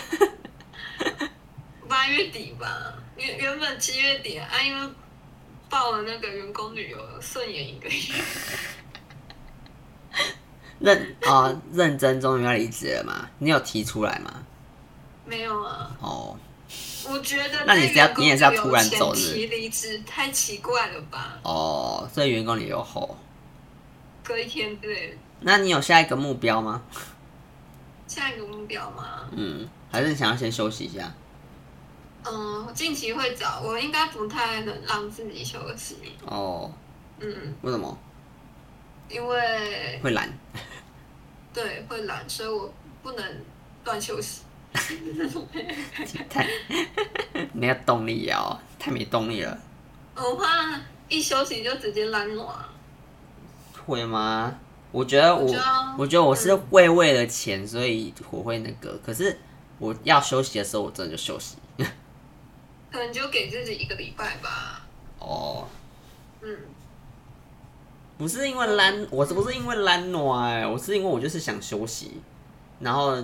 [SPEAKER 2] 八月底吧，原原本七月底啊，因为报了那个员工旅游，顺延一个月。
[SPEAKER 1] 认啊、认真终于要离职了嘛？你有提出来吗？
[SPEAKER 2] 没有啊，
[SPEAKER 1] 哦，
[SPEAKER 2] 我觉得
[SPEAKER 1] 那你
[SPEAKER 2] 在
[SPEAKER 1] 是要
[SPEAKER 2] 员工
[SPEAKER 1] 你也是要
[SPEAKER 2] 旅游
[SPEAKER 1] 突然走
[SPEAKER 2] 前
[SPEAKER 1] 是不
[SPEAKER 2] 提离职太奇怪了吧？
[SPEAKER 1] 哦，所以员工旅游后，
[SPEAKER 2] 隔一天之类的，
[SPEAKER 1] 那你有下一个目标吗？
[SPEAKER 2] 下一个目标吗？
[SPEAKER 1] 嗯，还是你想要先休息一下？
[SPEAKER 2] 嗯，近期会找，我应该不太能让自己休息。
[SPEAKER 1] 哦，
[SPEAKER 2] 嗯，
[SPEAKER 1] 为什么
[SPEAKER 2] 因为
[SPEAKER 1] 会懒？
[SPEAKER 2] 对会懒，所以我不能乱休息。
[SPEAKER 1] 太没有动力哦，太没动力了，
[SPEAKER 2] 我怕一休息就直接懒惰啊。
[SPEAKER 1] 会吗？我觉得我，
[SPEAKER 2] 我
[SPEAKER 1] 我
[SPEAKER 2] 觉
[SPEAKER 1] 觉得
[SPEAKER 2] 得
[SPEAKER 1] 我是会为了钱，所以我会那个。可是我要休息的时候，我真的就休息。
[SPEAKER 2] 可能就给自己一个礼拜吧。
[SPEAKER 1] 哦，
[SPEAKER 2] 嗯，
[SPEAKER 1] 不是因为懒，我是不是因为懒惰哎？我是因为我就是想休息，然后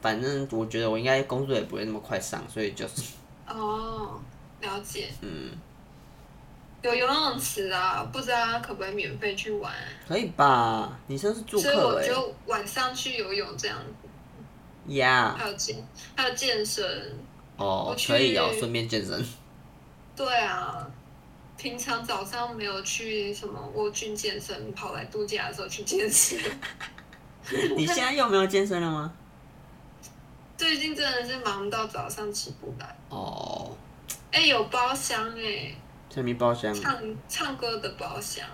[SPEAKER 1] 反正我觉得我应该工作也不会那么快上，所以就是
[SPEAKER 2] 哦，了解。
[SPEAKER 1] 嗯，
[SPEAKER 2] 有游泳池啊，不知道它可不可以免费去玩，
[SPEAKER 1] 可以吧？你现在是住
[SPEAKER 2] 所以
[SPEAKER 1] 客
[SPEAKER 2] 我
[SPEAKER 1] 哎、
[SPEAKER 2] 就晚上去游泳这样子，
[SPEAKER 1] 呀
[SPEAKER 2] 还有健还有健身。
[SPEAKER 1] 哦
[SPEAKER 2] 我，去
[SPEAKER 1] 可以哦，顺便健身。
[SPEAKER 2] 对啊，平常早上没有去什么沃郡健身，跑来度假的时候去健身。
[SPEAKER 1] 你现在又没有健身了吗？
[SPEAKER 2] 最近真的是忙到早上起不来。
[SPEAKER 1] 哦，
[SPEAKER 2] 哎、有包厢哎、
[SPEAKER 1] 下面包厢
[SPEAKER 2] 唱唱歌的包厢，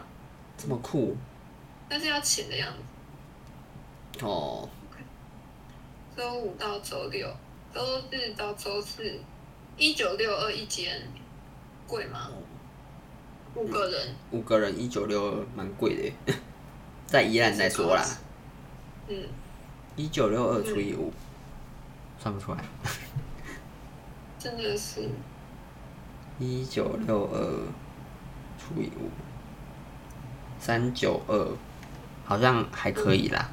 [SPEAKER 1] 这么酷
[SPEAKER 2] 但是要钱的样子。
[SPEAKER 1] 哦，
[SPEAKER 2] 周五到周六，周日到周四，一九六二一间，贵吗？五个人，
[SPEAKER 1] 五个人一九六蛮贵的 耶，在宜兰来说啦，
[SPEAKER 2] 嗯，
[SPEAKER 1] 一九六二除以五，算不出来。
[SPEAKER 2] 真的是
[SPEAKER 1] 一九六二除以五，三九二，好像还可以啦，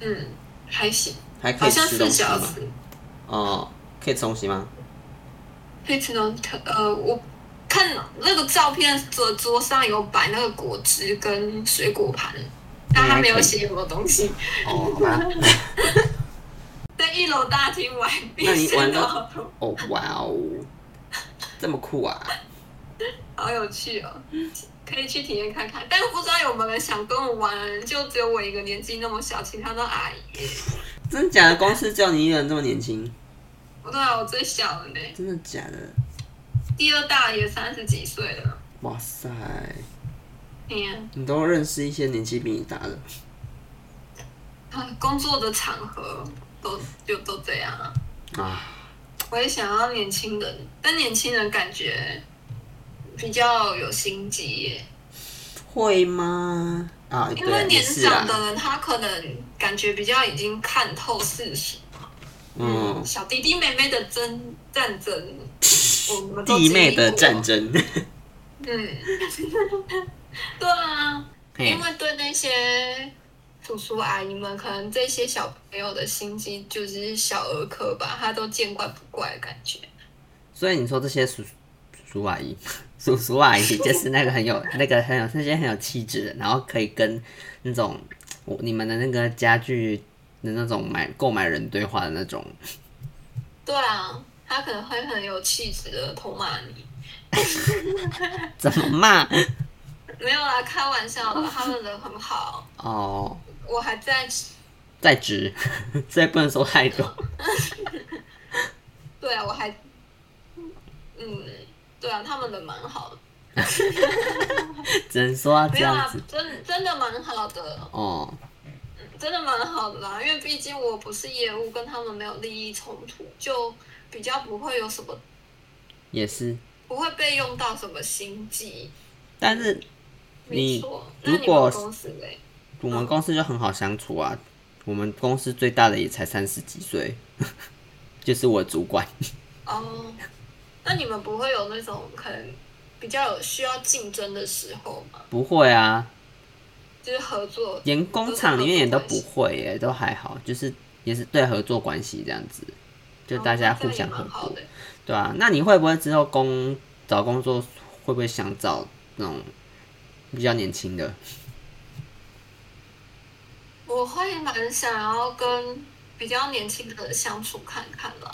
[SPEAKER 2] 嗯还行，
[SPEAKER 1] 还可
[SPEAKER 2] 好
[SPEAKER 1] 以
[SPEAKER 2] 像
[SPEAKER 1] 吃
[SPEAKER 2] 四
[SPEAKER 1] 东西
[SPEAKER 2] 小
[SPEAKER 1] 吗？
[SPEAKER 2] 时。
[SPEAKER 1] 哦，可以吃东西 吗？
[SPEAKER 2] 可以吃东西，呃，我看那个照片桌桌上有摆那个果汁跟水果盘，但他没有写有没有东西。
[SPEAKER 1] 哦，好吧。
[SPEAKER 2] 在一楼大厅玩，
[SPEAKER 1] 那你玩到
[SPEAKER 2] 好多
[SPEAKER 1] 哦，哇哦，这么酷啊！
[SPEAKER 2] 好有趣哦，可以去体验看看。但不知道有没有人想跟我玩，就只有我一个年纪那么小，其他都阿姨。
[SPEAKER 1] 真的假的？公司只有你一个人这么年轻？
[SPEAKER 2] 我对啊，我最小的呢，
[SPEAKER 1] 真的假的？
[SPEAKER 2] 第二大也三十几岁了。
[SPEAKER 1] 哇塞，
[SPEAKER 2] 嗯，
[SPEAKER 1] 你都认识一些年纪比你大的，
[SPEAKER 2] 啊工作的场合都就都这样啊。
[SPEAKER 1] 啊，
[SPEAKER 2] 我也想要年轻人，但年轻人感觉比较有心机耶，
[SPEAKER 1] 会吗？啊，
[SPEAKER 2] 因
[SPEAKER 1] 对啊，
[SPEAKER 2] 为
[SPEAKER 1] 也
[SPEAKER 2] 年
[SPEAKER 1] 是啦，
[SPEAKER 2] 长的人他可能感觉比较已经看透世俗。
[SPEAKER 1] 嗯，
[SPEAKER 2] 小弟弟妹妹的争战争，我们
[SPEAKER 1] 嗯
[SPEAKER 2] 都
[SPEAKER 1] 弟妹的
[SPEAKER 2] 经历过
[SPEAKER 1] 战。争，
[SPEAKER 2] 嗯， 对啊，
[SPEAKER 1] 嘿
[SPEAKER 2] 因为对那些叔叔阿姨们，可能这些小朋友的心机就是小儿科吧，他都见怪不怪的感觉。
[SPEAKER 1] 所以你说这些叔叔阿姨、 叔叔阿姨，就是那个很有、 那个很有、那些很有气质的，然后可以跟那种我你们的那个家具的那种买购买人对话的那种，
[SPEAKER 2] 对啊，他可能会很有气质的痛骂你。
[SPEAKER 1] 怎么骂？
[SPEAKER 2] 没有啦，开玩笑的，他们人很好。
[SPEAKER 1] 哦，
[SPEAKER 2] 我还在，
[SPEAKER 1] 在职， 所以不能说太多。
[SPEAKER 2] 对啊，我还，嗯，对啊，他们人蛮好的。
[SPEAKER 1] 只能说要这
[SPEAKER 2] 没有啊
[SPEAKER 1] 样
[SPEAKER 2] 啦
[SPEAKER 1] 子，
[SPEAKER 2] 真真的蛮好的，
[SPEAKER 1] 哦，
[SPEAKER 2] 真的蛮好的啦。因为毕竟我不是业务，跟他们没有利益冲突，就比较不会有什么，
[SPEAKER 1] 也是。
[SPEAKER 2] 不会被用到什么心机。
[SPEAKER 1] 但是
[SPEAKER 2] 没
[SPEAKER 1] 你
[SPEAKER 2] 错，那
[SPEAKER 1] 如
[SPEAKER 2] 你
[SPEAKER 1] 果
[SPEAKER 2] 们公司嘞？
[SPEAKER 1] 我们公司就很好相处啊，我们公司最大的也才三十几岁， 就是我主管。
[SPEAKER 2] 哦，那你们不会有那种可能比较有需要竞争的时候吗？
[SPEAKER 1] 不会啊，
[SPEAKER 2] 就是合作，
[SPEAKER 1] 连工厂里面也都不会耶，都还好，就是也是对合作关系这样子，就大家互相合
[SPEAKER 2] 哦这样也蛮好
[SPEAKER 1] 作，
[SPEAKER 2] 的。
[SPEAKER 1] 对啊，那你会不会之后工找工作会不会想找那种比较年轻的？
[SPEAKER 2] 我会蛮想要跟比较年轻的相处看看了，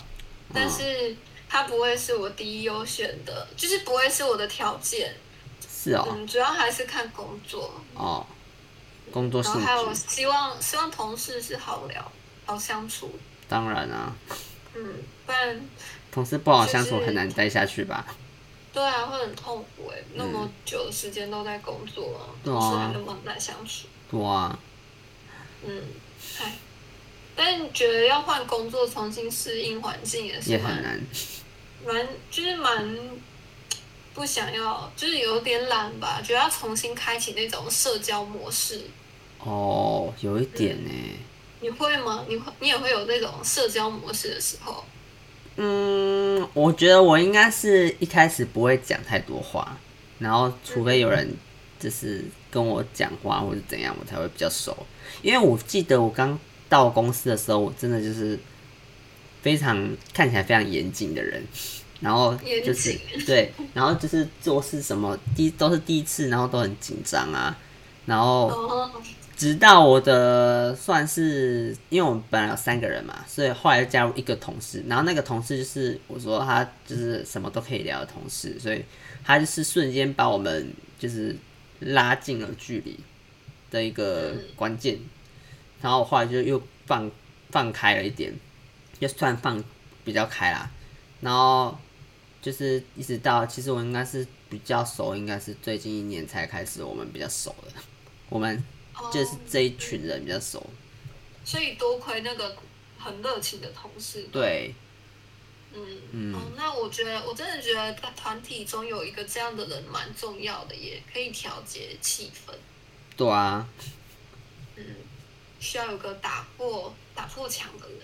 [SPEAKER 1] 嗯
[SPEAKER 2] 但是他不会是我第一优选的，就是不会是我的条件。
[SPEAKER 1] 是哦，
[SPEAKER 2] 嗯，主要还是看工作，
[SPEAKER 1] 哦，工作
[SPEAKER 2] 然
[SPEAKER 1] 性
[SPEAKER 2] 后还有
[SPEAKER 1] 质，
[SPEAKER 2] 希望希望同事是好聊、好相处。
[SPEAKER 1] 当然啊，
[SPEAKER 2] 嗯，不然
[SPEAKER 1] 同事不好相处
[SPEAKER 2] 就是
[SPEAKER 1] 很难待下去吧？
[SPEAKER 2] 对啊会很痛苦哎、那么久的时间都在工作，
[SPEAKER 1] 嗯对
[SPEAKER 2] 同
[SPEAKER 1] 啊
[SPEAKER 2] 事还那么难相处。
[SPEAKER 1] 对啊，
[SPEAKER 2] 嗯，哎，但你觉得要换工作重新适应环境也是
[SPEAKER 1] 也
[SPEAKER 2] 蛮
[SPEAKER 1] 很难，
[SPEAKER 2] 蛮就是蛮不想要，就是有点懒吧，觉得要重新开启那种社交模式。
[SPEAKER 1] 哦，有一点呢，
[SPEAKER 2] 你会吗？你会，你也会有那种社交模式的时候。
[SPEAKER 1] 嗯，我觉得我应该是一开始不会讲太多话，然后除非有人就是跟我讲话或者怎样，我才会比较熟。因为我记得我刚到公司的时候，我真的就是非常看起来非常严谨的人，然后就是
[SPEAKER 2] 严
[SPEAKER 1] 对，然后就是做事什么第都是第一次，然后都很紧张啊，然后
[SPEAKER 2] 哦，
[SPEAKER 1] 直到我的算是，因为我们本来有三个人嘛，所以后来又加入一个同事，然后那个同事就是我说他就是什么都可以聊的同事，所以他就是瞬间把我们就是拉近了距离的一个关键，然后我后来就又放放开了一点，就算放比较开啦，然后就是一直到其实我应该是比较熟，应该是最近一年才开始我们比较熟的，我们。
[SPEAKER 2] 哦
[SPEAKER 1] 就是这一群人比较熟。
[SPEAKER 2] 所以多亏那个很热情的同事，
[SPEAKER 1] 对，
[SPEAKER 2] 嗯，
[SPEAKER 1] 嗯
[SPEAKER 2] 哦，那我觉得我真的觉得在团体中有一个这样的人蛮重要的耶，也可以调节气氛，
[SPEAKER 1] 对啊，
[SPEAKER 2] 需要有个打破打破墙的人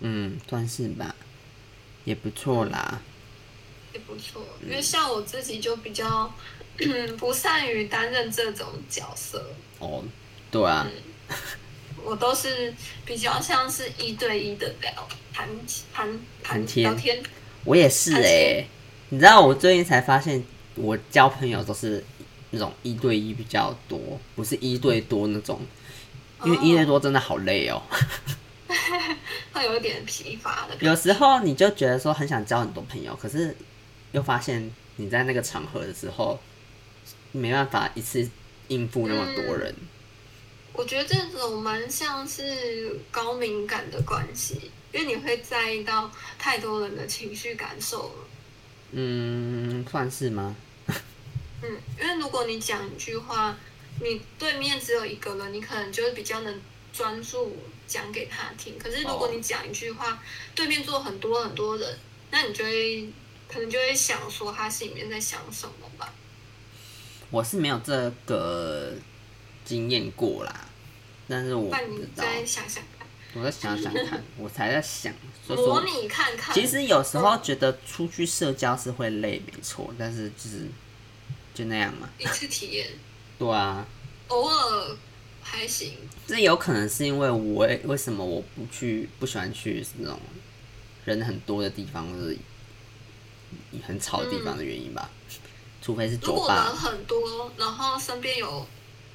[SPEAKER 1] 嗯，算是吧，也不错啦。
[SPEAKER 2] 也不错，因为像我自己就比较嗯不善于担任这种角色，
[SPEAKER 1] 哦，对啊，
[SPEAKER 2] 我都是比较像是一对一的聊谈谈
[SPEAKER 1] 谈
[SPEAKER 2] 谈
[SPEAKER 1] 天
[SPEAKER 2] 聊天，
[SPEAKER 1] 我也是哎、
[SPEAKER 2] 而且
[SPEAKER 1] 你知道我最近才发现，我交朋友都是那种一对一比较多，不是一对多那种，因为一对
[SPEAKER 2] 哦
[SPEAKER 1] 多真的好累哦。
[SPEAKER 2] 会有一点疲乏的感觉。
[SPEAKER 1] 有时候你就觉得说很想交很多朋友，可是又发现你在那个场合的时候，没办法一次应付那么多人。
[SPEAKER 2] 我觉得这种蛮像是高敏感的关系，因为你会在意到太多人的情绪感受了。
[SPEAKER 1] 嗯，算是吗？
[SPEAKER 2] 嗯，因为如果你讲一句话，你对面只有一个人，你可能就是比较能专注讲给他听。可是如果
[SPEAKER 1] 哦
[SPEAKER 2] 你讲一句话，对面坐很多很多人，那你就会可能就会想说他心里面在想什么吧。
[SPEAKER 1] 我是没有这个经验过啦，但是我
[SPEAKER 2] 那
[SPEAKER 1] 不
[SPEAKER 2] 你
[SPEAKER 1] 知道，
[SPEAKER 2] 再想想看，
[SPEAKER 1] 我再想想 看，我才在想，所以
[SPEAKER 2] 模
[SPEAKER 1] 说
[SPEAKER 2] 拟看看。
[SPEAKER 1] 其实有时候觉得出去社交是会累，没错，但是就是就那样嘛，
[SPEAKER 2] 一次体验，
[SPEAKER 1] 对啊，
[SPEAKER 2] 偶尔还行。
[SPEAKER 1] 这有可能是因为我为什么我不去不喜欢去那种人很多的地方，或者很吵的地方的原因吧，除非是
[SPEAKER 2] 如
[SPEAKER 1] 酒
[SPEAKER 2] 果人
[SPEAKER 1] 吧，
[SPEAKER 2] 很多，然后身边有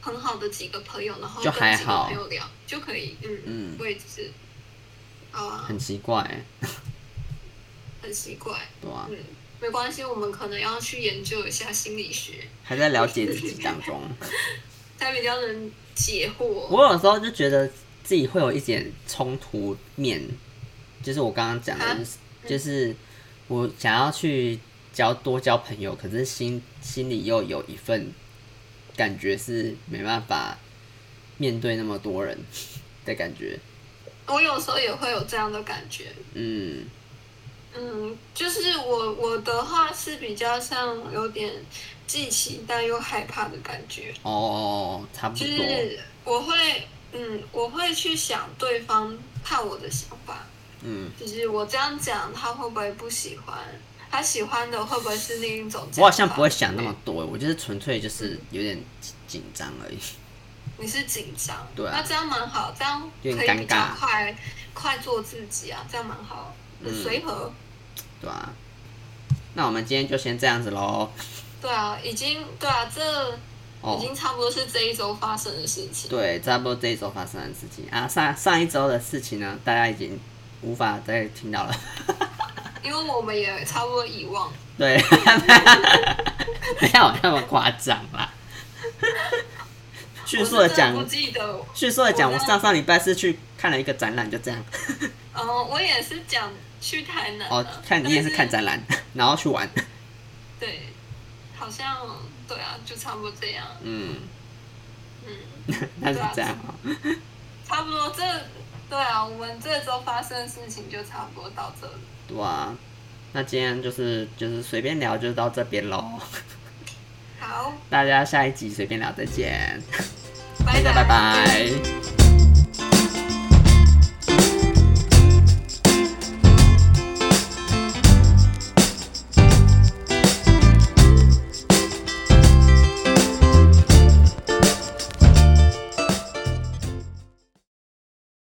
[SPEAKER 2] 很好的几个朋友，然后
[SPEAKER 1] 就
[SPEAKER 2] 跟
[SPEAKER 1] 还
[SPEAKER 2] 几个
[SPEAKER 1] 好
[SPEAKER 2] 朋友聊就可以。嗯
[SPEAKER 1] 嗯
[SPEAKER 2] 我也是，啊，
[SPEAKER 1] 很奇怪、
[SPEAKER 2] 很奇怪。
[SPEAKER 1] 对啊，
[SPEAKER 2] 嗯，没关系，我们可能要去研究一下心理学，
[SPEAKER 1] 还在了解自己当中。
[SPEAKER 2] 才比较能解惑。
[SPEAKER 1] 我有时候就觉得自己会有一点冲突面，就是我刚刚讲的，
[SPEAKER 2] 啊
[SPEAKER 1] 就是就是我想要去交多交朋友，可是心心里又有一份感觉是没办法面对那么多人的感觉。
[SPEAKER 2] 我有时候也会有这样的感觉。
[SPEAKER 1] 嗯，
[SPEAKER 2] 嗯，就是我我的话是比较像有点既期待又害怕的感觉。
[SPEAKER 1] 哦哦，哦差不
[SPEAKER 2] 就
[SPEAKER 1] 多。
[SPEAKER 2] 是我会，嗯，我会去想对方看我的想法，
[SPEAKER 1] 嗯，
[SPEAKER 2] 就是我这样讲，他会不会不喜欢？他喜欢的会不会是另一种？
[SPEAKER 1] 我好像不会想那么。多，我就是纯粹就是有点紧紧张而已。
[SPEAKER 2] 你是紧张，
[SPEAKER 1] 对啊
[SPEAKER 2] 那这样蛮好，这样可
[SPEAKER 1] 有
[SPEAKER 2] 以
[SPEAKER 1] 点
[SPEAKER 2] 比较
[SPEAKER 1] 尴尬
[SPEAKER 2] 快快做自己啊，这样蛮好，很
[SPEAKER 1] 嗯
[SPEAKER 2] 随和。
[SPEAKER 1] 对啊，那我们今天就先这样子喽。
[SPEAKER 2] 对啊，已经对啊，这
[SPEAKER 1] 哦
[SPEAKER 2] 已。经差不多是这一周发生的事情。
[SPEAKER 1] 对，差不多这一周发生的事情啊，上上一周的事情呢，大家已经无法再听到了。
[SPEAKER 2] 因为我们也差不多遗忘。
[SPEAKER 1] 对， 没有那么夸张 啦。
[SPEAKER 2] 我
[SPEAKER 1] 迅
[SPEAKER 2] 是
[SPEAKER 1] 速的
[SPEAKER 2] 真
[SPEAKER 1] 讲
[SPEAKER 2] 不，记得
[SPEAKER 1] 迅速的讲，我
[SPEAKER 2] 我真的
[SPEAKER 1] 上上礼拜是去看了一个展览，就这样。
[SPEAKER 2] 嗯，我也是讲去台南啊、
[SPEAKER 1] 哦，看你也是
[SPEAKER 2] 但
[SPEAKER 1] 看展览， 然后去玩。
[SPEAKER 2] 对，好像对啊，就差不多这样，
[SPEAKER 1] 嗯，
[SPEAKER 2] 嗯，
[SPEAKER 1] 那是这样哦。
[SPEAKER 2] 差不多这对啊，我们这周发生的事情就差不多到这里。
[SPEAKER 1] 对啊，那今天就是就是随便聊，就到这边喽。
[SPEAKER 2] 好，
[SPEAKER 1] 大家下一集随便聊再见，
[SPEAKER 2] 拜
[SPEAKER 1] 大家拜拜